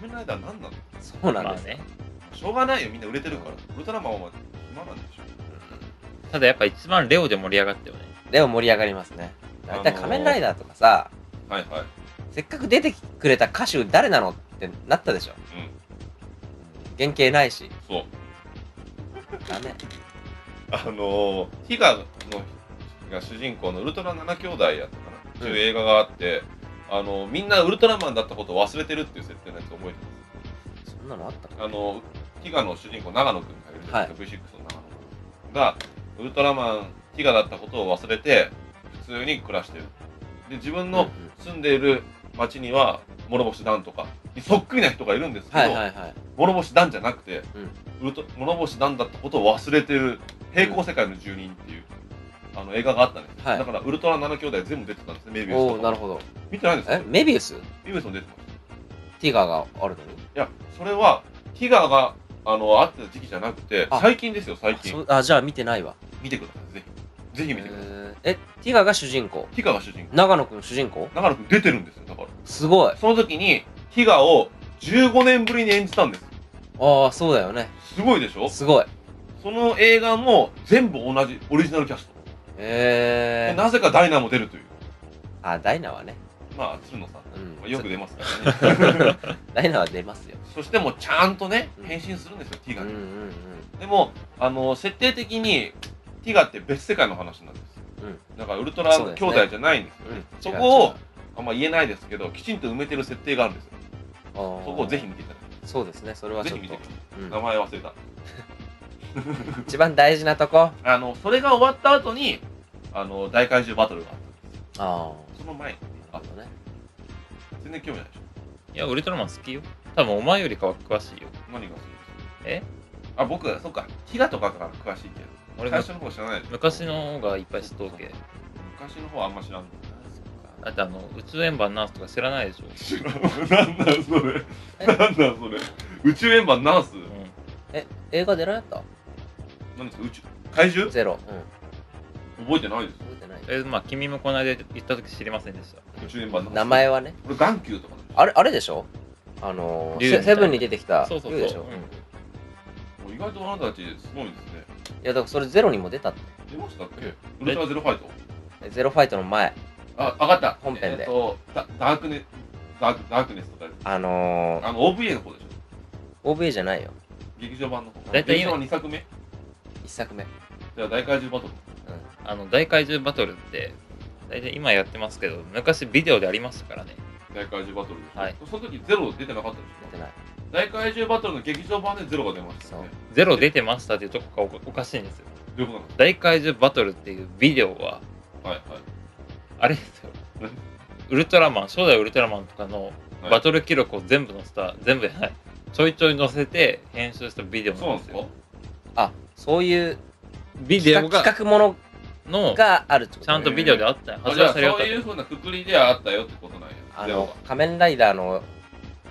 Speaker 1: 仮面ライダーなんなの
Speaker 2: そうなん
Speaker 3: まあ
Speaker 2: ですよ。
Speaker 3: ね。
Speaker 1: しょうがないよ、みんな売れてるから。ウルトラマンは暇なんでしょ。
Speaker 3: ただやっぱ一番レオで盛り上がったよね。
Speaker 2: でも盛り上がりますね。大体仮面ライダーとかさ、
Speaker 1: はいはい。
Speaker 2: せっかく出てくれた歌手誰なのってなったでしょ。
Speaker 1: うん
Speaker 2: 原型ないし。
Speaker 1: そう。
Speaker 2: ダメ。
Speaker 1: あのー、ヒガのが主人公のウルトラ7兄弟やったかな、という映画があって、あのーみんなウルトラマンだったことを忘れてるっていう設定のやつ覚えて
Speaker 2: そんなのあった
Speaker 1: ます。あのー、ヒガの主人公、長野くんがいるじゃないですか、V6 の長野くんが、ウルトラマン、ヒガだったことを忘れて、普通に暮らしてる。で、自分
Speaker 2: の
Speaker 1: の住んでいる町には、諸星団とか、そっくりな人がいるんですけど、
Speaker 2: はいはいはい。
Speaker 1: 諸星団じゃなくて、ウルト諸星団だったことを忘れてる平行世界の住人っていう、あの映画があったんです、
Speaker 2: はい
Speaker 1: だからウルトラ7兄弟全部出てたんですねメビウス
Speaker 2: お
Speaker 1: と
Speaker 2: お
Speaker 1: か
Speaker 2: なるほど。
Speaker 1: 見てないんです
Speaker 2: え
Speaker 1: か、
Speaker 2: メビウス
Speaker 1: メビウスも出てましたい
Speaker 2: ティガーがあるのに
Speaker 1: やそれはティガーがあの会ってた時期じゃなくて
Speaker 2: あ
Speaker 1: 最近ですよ最
Speaker 2: あ
Speaker 1: 近
Speaker 2: そうあ、じゃあ見てないわ。
Speaker 1: 見てくださいぜひぜひ見てください、
Speaker 2: え、ティガーが主人公。
Speaker 1: ティガーが主人公
Speaker 2: 長野くん主人公
Speaker 1: 長野くん出てるんですよだから
Speaker 2: すごい。
Speaker 1: その時にティガーを15年ぶりに演じたんです
Speaker 2: ああ、そうだよね。
Speaker 1: すごいでしょ
Speaker 2: すごい。
Speaker 1: その映画も全部同じオリジナルキャスト
Speaker 2: え
Speaker 1: で
Speaker 2: ー。
Speaker 1: なぜかダイナも出るという
Speaker 2: あ、ダイナはね。
Speaker 1: まあ鶴野さん
Speaker 2: うん。
Speaker 1: よく出ますからね <laughs>
Speaker 2: ダイナは出ますよ。
Speaker 1: そしてもうちゃんとね
Speaker 2: うん
Speaker 1: 変身するんですよティガ
Speaker 2: うんう
Speaker 1: に、
Speaker 2: ん
Speaker 1: でもあの設定的にティガって別世界の話なんですよ、
Speaker 2: うん
Speaker 1: だからウルトラ
Speaker 2: そうです
Speaker 1: 兄
Speaker 2: ね
Speaker 1: 弟じゃないんですよ
Speaker 2: うん。うん
Speaker 1: そこを
Speaker 2: 違う違う
Speaker 1: あんま言えないですけどきちんと埋めてる設定があるんですよ
Speaker 2: あー
Speaker 1: そこをぜひ見ていただき
Speaker 2: そうですね、それは
Speaker 1: たい
Speaker 2: ち
Speaker 1: ぜひ
Speaker 2: ょ
Speaker 1: 見
Speaker 2: っ
Speaker 1: てくださ
Speaker 2: と。う
Speaker 1: い
Speaker 2: ん
Speaker 1: 名前忘れた
Speaker 2: 一番大事なとこ。
Speaker 1: あのそれが終わった後にあの大怪獣バトルがあったんで
Speaker 2: あ
Speaker 1: すよその前に
Speaker 2: あ。
Speaker 1: あ
Speaker 2: なるほどね。
Speaker 1: 全然興味ないでしょ
Speaker 3: いや、ウルトラマン好きよ。多分お前よりかは詳しいよ。
Speaker 1: 何が好きです
Speaker 3: え
Speaker 1: あ僕そっかティガとかから詳しいけど
Speaker 3: 俺
Speaker 1: 最
Speaker 3: が
Speaker 1: 初の方知らないでしょ
Speaker 3: 昔の方がいっぱい知っとうけ。
Speaker 1: 昔の方はあんま知らんの
Speaker 3: だってあの、宇宙円盤ナースとか知らないでしょ。
Speaker 1: なんだよそれ。なんだよそれ。宇宙円盤ナース。
Speaker 3: うん。
Speaker 2: 映画出られた
Speaker 1: 何ですか宇宙怪獣？
Speaker 2: ゼロ。うん。
Speaker 1: 覚えてないです。
Speaker 2: 覚えてない
Speaker 3: と。りあえず、まあ、君もこの間行った時知りませんでした。
Speaker 1: 宇宙円盤ナース。
Speaker 2: 名。前はね。
Speaker 1: これ眼球とかなんですよ。
Speaker 2: あれ、あれでしょあのーセ、
Speaker 3: 竜みたいな
Speaker 2: セブンに出てきた
Speaker 3: そうそうそう
Speaker 2: 竜でしょ、
Speaker 3: うん
Speaker 2: い
Speaker 1: もう意外とあなたたちすごいですね。
Speaker 2: や、だからそれゼロにも出たって。
Speaker 1: 出ましたっけ？ウルトラゼロファイト。
Speaker 2: えゼロファイトの前、
Speaker 1: あ、上がった。
Speaker 2: 本編で
Speaker 1: えーとダダークネダークダークネスとかです
Speaker 2: あの
Speaker 1: あの OVA の方でしょ。
Speaker 2: ー、OVA じゃないよ。
Speaker 1: 劇場版の方。
Speaker 3: 大体
Speaker 1: 劇
Speaker 3: 今
Speaker 1: 場版二作目。
Speaker 2: 一作目。
Speaker 1: じゃあ大怪獣バトル。
Speaker 3: あの、大怪獣バトルって、大体今やってますけど、昔ビデオでありましたからね。
Speaker 1: 大怪獣バトルでしょ。
Speaker 3: はい
Speaker 1: その時ゼロ出てなかったでしょ
Speaker 2: 出て。ない。
Speaker 1: 大怪獣バトルの劇場版でゼロが出ましたよね。
Speaker 3: ゼロ出てましたっていうとこがおおかしいんですよ。
Speaker 1: どういうことなんで
Speaker 3: 大怪獣バトルっていうビデオは、
Speaker 1: すか？はいはい。
Speaker 3: あれですよ
Speaker 1: 何。
Speaker 3: ウルトラマン、初代ウルトラマンとかの
Speaker 1: はい
Speaker 3: バトル記録を全部載せた、全部じゃない、ちょいちょい載せて編集したビデオ
Speaker 1: そうな
Speaker 3: なんん
Speaker 1: で
Speaker 3: ですす
Speaker 1: か
Speaker 3: よ。
Speaker 2: あ、そういう
Speaker 3: ビデオ
Speaker 2: 企画
Speaker 3: が、
Speaker 2: 企画もの
Speaker 3: の、ち
Speaker 2: があるってこと、ね、
Speaker 3: ゃんとビデオであったよ。
Speaker 1: あ
Speaker 3: 発
Speaker 1: じゃ
Speaker 3: 売
Speaker 1: あ
Speaker 3: さ
Speaker 1: そ
Speaker 3: れよか
Speaker 1: う
Speaker 3: っ
Speaker 1: いうふうなくくりではあったよってことなんや。
Speaker 2: あ
Speaker 1: ゼロ
Speaker 2: の、仮面ライダーの
Speaker 1: が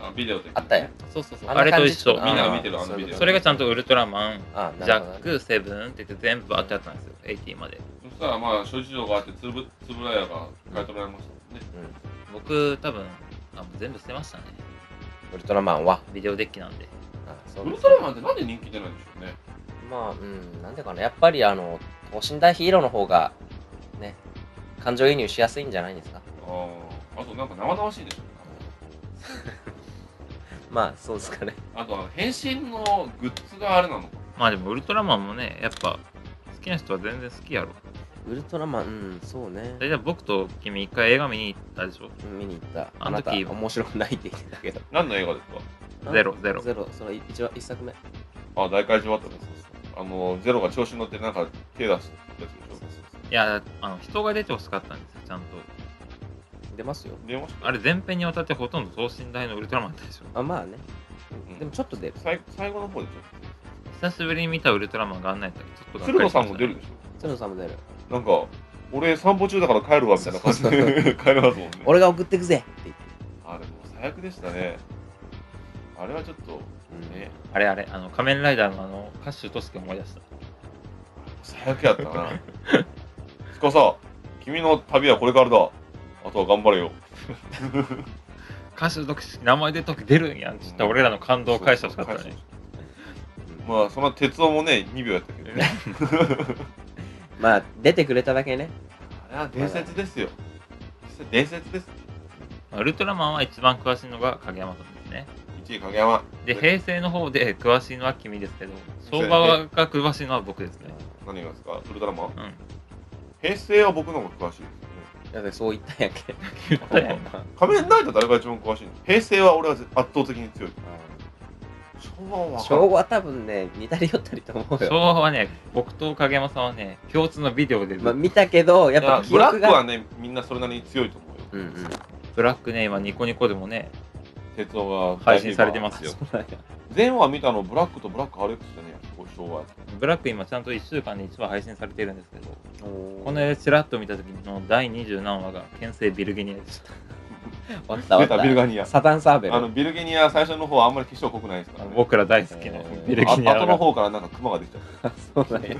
Speaker 1: あビデオで。
Speaker 2: あったやん。
Speaker 3: た。そうそうそう。
Speaker 2: あ
Speaker 3: あ
Speaker 2: ん
Speaker 3: れ
Speaker 2: な
Speaker 3: と
Speaker 2: 感じ
Speaker 3: 一緒。
Speaker 1: みんなが見
Speaker 3: う
Speaker 1: てるあのビデオ
Speaker 3: んそれがちゃん
Speaker 2: と。
Speaker 3: とウルトラマン、
Speaker 2: あ、な
Speaker 3: ジ
Speaker 2: る
Speaker 3: ャ
Speaker 2: ほど
Speaker 3: ッ
Speaker 2: ね、
Speaker 3: ク、セブンって言って全部あってあったんですよ。80まで。
Speaker 1: そしたらまあ諸事情があってつぶつぶらやが買い取られましたもんね。
Speaker 3: 僕、多分、あもう全部捨てましたね。
Speaker 2: うん。ウルトラマンは。
Speaker 3: ビデオデッキなんで。
Speaker 2: あそう
Speaker 1: ウ
Speaker 2: です
Speaker 1: ルトラマンってなんで人気出ないんでしょうね。
Speaker 2: まあ、うん、なんでかな。やっぱり、あの、等身大ヒーローの方が、ね、感情移入しやすいんじゃないですか。
Speaker 1: あーあとなんか生々しいでしょ。
Speaker 2: まあ、そうですかね。
Speaker 1: あとあの変身のグッズがあれなのか。
Speaker 3: まあでも、ウルトラマンもね、やっぱ、好きな人は全然好きやろ。
Speaker 2: ウルトラマン、うん、そうね。
Speaker 3: 大体僕と君、一回映画見に行ったでしょ。
Speaker 2: 見に行った。
Speaker 3: あ
Speaker 2: あ
Speaker 3: の
Speaker 2: なた、
Speaker 3: 時
Speaker 2: 面白くないって言ってたけど。
Speaker 1: 何の映画ですか。
Speaker 3: <laughs> ゼロゼロ
Speaker 2: ゼロ、その一応一作目。
Speaker 1: あ大怪獣バトルです。あのゼロが調子に乗ってなんか手出すやつでし
Speaker 3: いや、あの人が出てほしかったんですよ、ちゃんと。
Speaker 2: 出ますよ。
Speaker 1: ょ。出ました。
Speaker 3: あれ、全編にわたってほとんど等身大のウルトラマンだったでしょ。
Speaker 2: あ、まあね。
Speaker 1: うん
Speaker 2: でもちょっと出る。
Speaker 1: 最最後の方でし
Speaker 3: 久しぶりに見たウルトラマンがあんないったけど、ちょっと
Speaker 1: ょ。
Speaker 3: がっ
Speaker 1: 鶴野
Speaker 3: かりしま
Speaker 1: さん
Speaker 3: した
Speaker 1: も出るでしょ。
Speaker 2: 鶴野さんも出る。
Speaker 1: なんか、俺散歩中だから帰るわみたいな感じ
Speaker 2: そうそう
Speaker 1: で帰りますもんね。
Speaker 2: 俺が送ってくぜって言って。
Speaker 1: あれもう最悪でしたね。あれはちょっと、ね、
Speaker 3: あれあれ、あの仮面ライダーのあのカッシュトスケ思い出した。
Speaker 1: 最悪やったな。
Speaker 3: <laughs>
Speaker 1: つかさ、君の旅はこれからだ。あとは頑張れよ。
Speaker 3: カッシュトスケ、名前出とく出るんやんって言った俺らの感動を返してほしかったね。
Speaker 2: うん
Speaker 1: まあ、その鉄夫もね、2秒やったけどね。
Speaker 2: まあ、出てくれただけね。
Speaker 1: あれは伝説ですよ。実際伝説です。
Speaker 3: まあウルトラマンは一番詳しいのが影山さんですね。
Speaker 1: 一1位影山
Speaker 3: で、平成の方で詳しいのは君ですけど、相場が詳しいのは僕ですね。
Speaker 1: 何がですかウルトラマン
Speaker 3: うん。
Speaker 1: 平成は僕の方が詳しいですよね
Speaker 2: だってそう言ったんやけ。
Speaker 3: 言ったやん
Speaker 1: 仮面ライダー誰が一番詳しいの平成は俺は圧倒的に強い昭和は分からん
Speaker 2: 昭和多分ね、似たり寄ったりと思う
Speaker 3: 昭
Speaker 2: よ。
Speaker 3: 和はね、僕と影山さんはね、共通のビデオでずっと、
Speaker 2: まあ、見たけど、やっぱ
Speaker 1: いや
Speaker 2: 記
Speaker 1: ブラ
Speaker 2: 憶
Speaker 1: ックは
Speaker 2: が。
Speaker 1: ねみんなそれなりに強いと思うよ
Speaker 2: うんうん。
Speaker 3: ブラックね、今ニコニコでもね、
Speaker 1: 鉄道が
Speaker 3: 配信されてますよ。
Speaker 1: 前話見たのブラックとブラック RX でねこう昭和
Speaker 3: ブラック今ちゃんと1週間に1話配信されてるんですけど、こ
Speaker 2: こ
Speaker 3: の
Speaker 2: の
Speaker 3: 間ちらっと見た時の第20何話が、県政ビルゲニアでした。
Speaker 2: 終わった終
Speaker 1: 出たビル
Speaker 2: わっ
Speaker 1: ガニア
Speaker 2: た。サタンサーベル
Speaker 1: あ。のビルゲニア最初の方はあんまり化粧濃くないですから、ね、
Speaker 3: 僕ら大好きなビルゲニ
Speaker 1: あ
Speaker 3: ア
Speaker 1: 後の
Speaker 3: が。
Speaker 1: 方からなんかクマができちゃって
Speaker 2: そうなんや。
Speaker 1: ち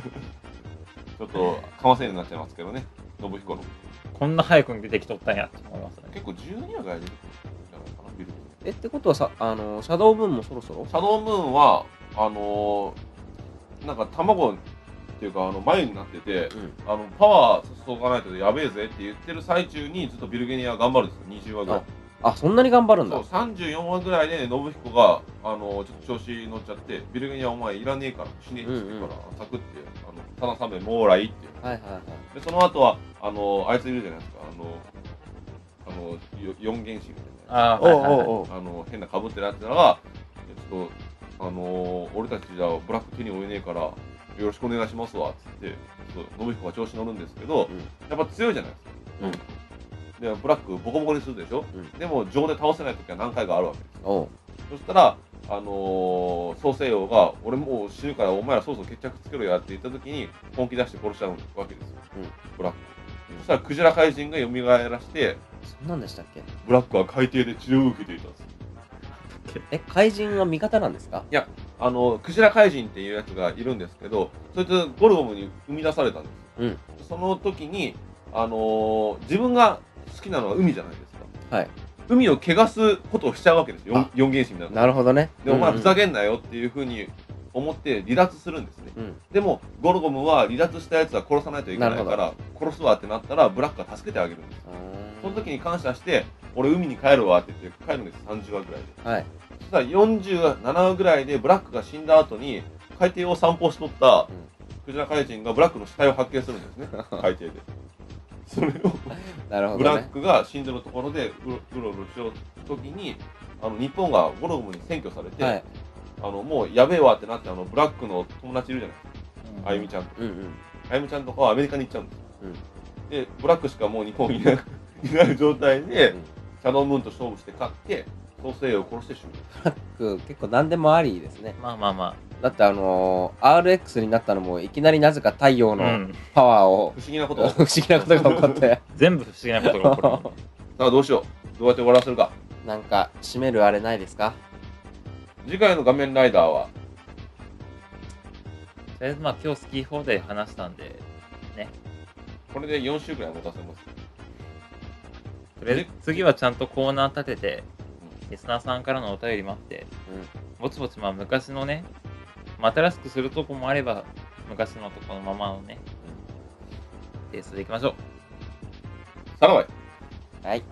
Speaker 1: ょっとかませになっちゃいますけどね信彦の
Speaker 3: こんな早くに出てきとったんやと思いますね。
Speaker 1: 結構12話ぐらい出てくるんじゃないかなビルゲニ
Speaker 2: え、ってことはさ、あの、シャドウムーンもそろそろ
Speaker 1: アシャドームーンはあのーなんか卵っていうかあの眉になってて
Speaker 2: うん。
Speaker 1: あのパワー注がないとやべえぜって言ってる最中にずっとビルゲニアが頑張るんですよ20話ぐらい
Speaker 2: あ、そんなに頑張るん
Speaker 1: そう
Speaker 2: だ。
Speaker 1: 34話ぐらいで、ね、信彦があのちょっと調子に乗っちゃってビルゲニアお前いらねえから死ねえって言ってから、サクってあの田中さんもーライっていう
Speaker 2: はいはいはい。
Speaker 1: でその後はあのあいついるじゃないですかあのあのよ四原子みたいなや
Speaker 3: ああ、
Speaker 1: つ
Speaker 3: はいはいはい
Speaker 1: あの変なかぶってるやつらがちょっとあの俺たちじゃブラック手に負えねえからよろしくお願いしますわっつってちょっと信彦が調子乗るんですけど、やっぱ強いじゃないですか、
Speaker 2: うん
Speaker 1: でブラックボコボコにするでしょ、
Speaker 2: うん
Speaker 1: でも情で倒せない時は何回かあるわけですよ
Speaker 2: おう。
Speaker 1: そしたら、あのー、創世王が、俺もう死ぬから、お前らそろそろ決着つけろやって言った時に、本気出して殺しちゃうわけですよ、
Speaker 2: うん
Speaker 1: ブラック。そしたら、クジラ怪人が蘇らして、
Speaker 2: そんなんでしたっけ
Speaker 1: ブラックは海底で治療を受けていたんです。
Speaker 2: え、怪人は味方なんですか
Speaker 1: あの、クジラ怪人っていうやつがいるんですけど、そいつゴルゴムに生み出されたんです。
Speaker 2: うん
Speaker 1: その時に、あのー自分が好きなのは海じゃないですか。
Speaker 2: はい。
Speaker 1: 海を汚すことをしちゃうわけですよ。
Speaker 2: あ
Speaker 1: 四四原子みたいな。
Speaker 2: なるほどね。
Speaker 1: で、お前ふざ
Speaker 2: け。
Speaker 1: けんなよっていうふうに思って離脱するんですね。
Speaker 2: うん。
Speaker 1: でも、ゴルゴムは離脱したやつは殺さないといけないから、殺すわってなったら、ブラックが助けてあげるんです。その時に感謝して、俺海に帰るわって言って帰るんです、30話ぐらいで。
Speaker 2: はい。
Speaker 1: そしたら47話ぐらいで、ブラックが死んだ後に、海底を散歩しとった
Speaker 2: うん
Speaker 1: クジラ怪人がブラックの死体を発見するん
Speaker 2: <laughs>
Speaker 1: ですね、海底で。それを
Speaker 2: なるほ
Speaker 1: ブラ
Speaker 2: ど
Speaker 1: ッ
Speaker 2: ね。
Speaker 1: クが死んでるところでうろうろうろしようときに、あの日本がゴルゴムに占拠されて、
Speaker 2: はい。
Speaker 1: あのもうやべえわってなってあのブラックの友達いるじゃないですか、あゆみ
Speaker 3: ち
Speaker 1: ちゃんと
Speaker 2: うんうん。
Speaker 1: あゆみちゃんとかはアメリカに行っちゃうんです、でブラックしかもう日本にいないない状態で、
Speaker 2: うん
Speaker 1: シャドウムーンと勝負して勝って創世を殺してしま
Speaker 2: く結構何でもありですね。
Speaker 3: まあまあま
Speaker 2: だってあのー、RX になったのもいきなりなぜか太陽
Speaker 3: あ、う
Speaker 2: の
Speaker 3: ん、
Speaker 2: パワーを、 <laughs>
Speaker 1: う不思議なこ
Speaker 2: 不
Speaker 1: と
Speaker 2: 思議なことが起こって、
Speaker 3: 全部不思議なことが起こる。
Speaker 1: さあどうしようどうやって終わらせるか
Speaker 2: なんか締めるあれないですか
Speaker 1: 次回の画面ライダーは
Speaker 3: とりあえずまあ今日好き放題話したんで、
Speaker 1: これで4週くらい持たせます
Speaker 3: とりあえず次はちゃんとコーナー立てて、リスナーさんからのお便り待って、
Speaker 2: う
Speaker 3: ぼちぼちまあ昔のね、まあ新しくするとこもあれば、昔のとこのままのね、テイストでいきましょう。
Speaker 1: さらばい
Speaker 2: ん。はい。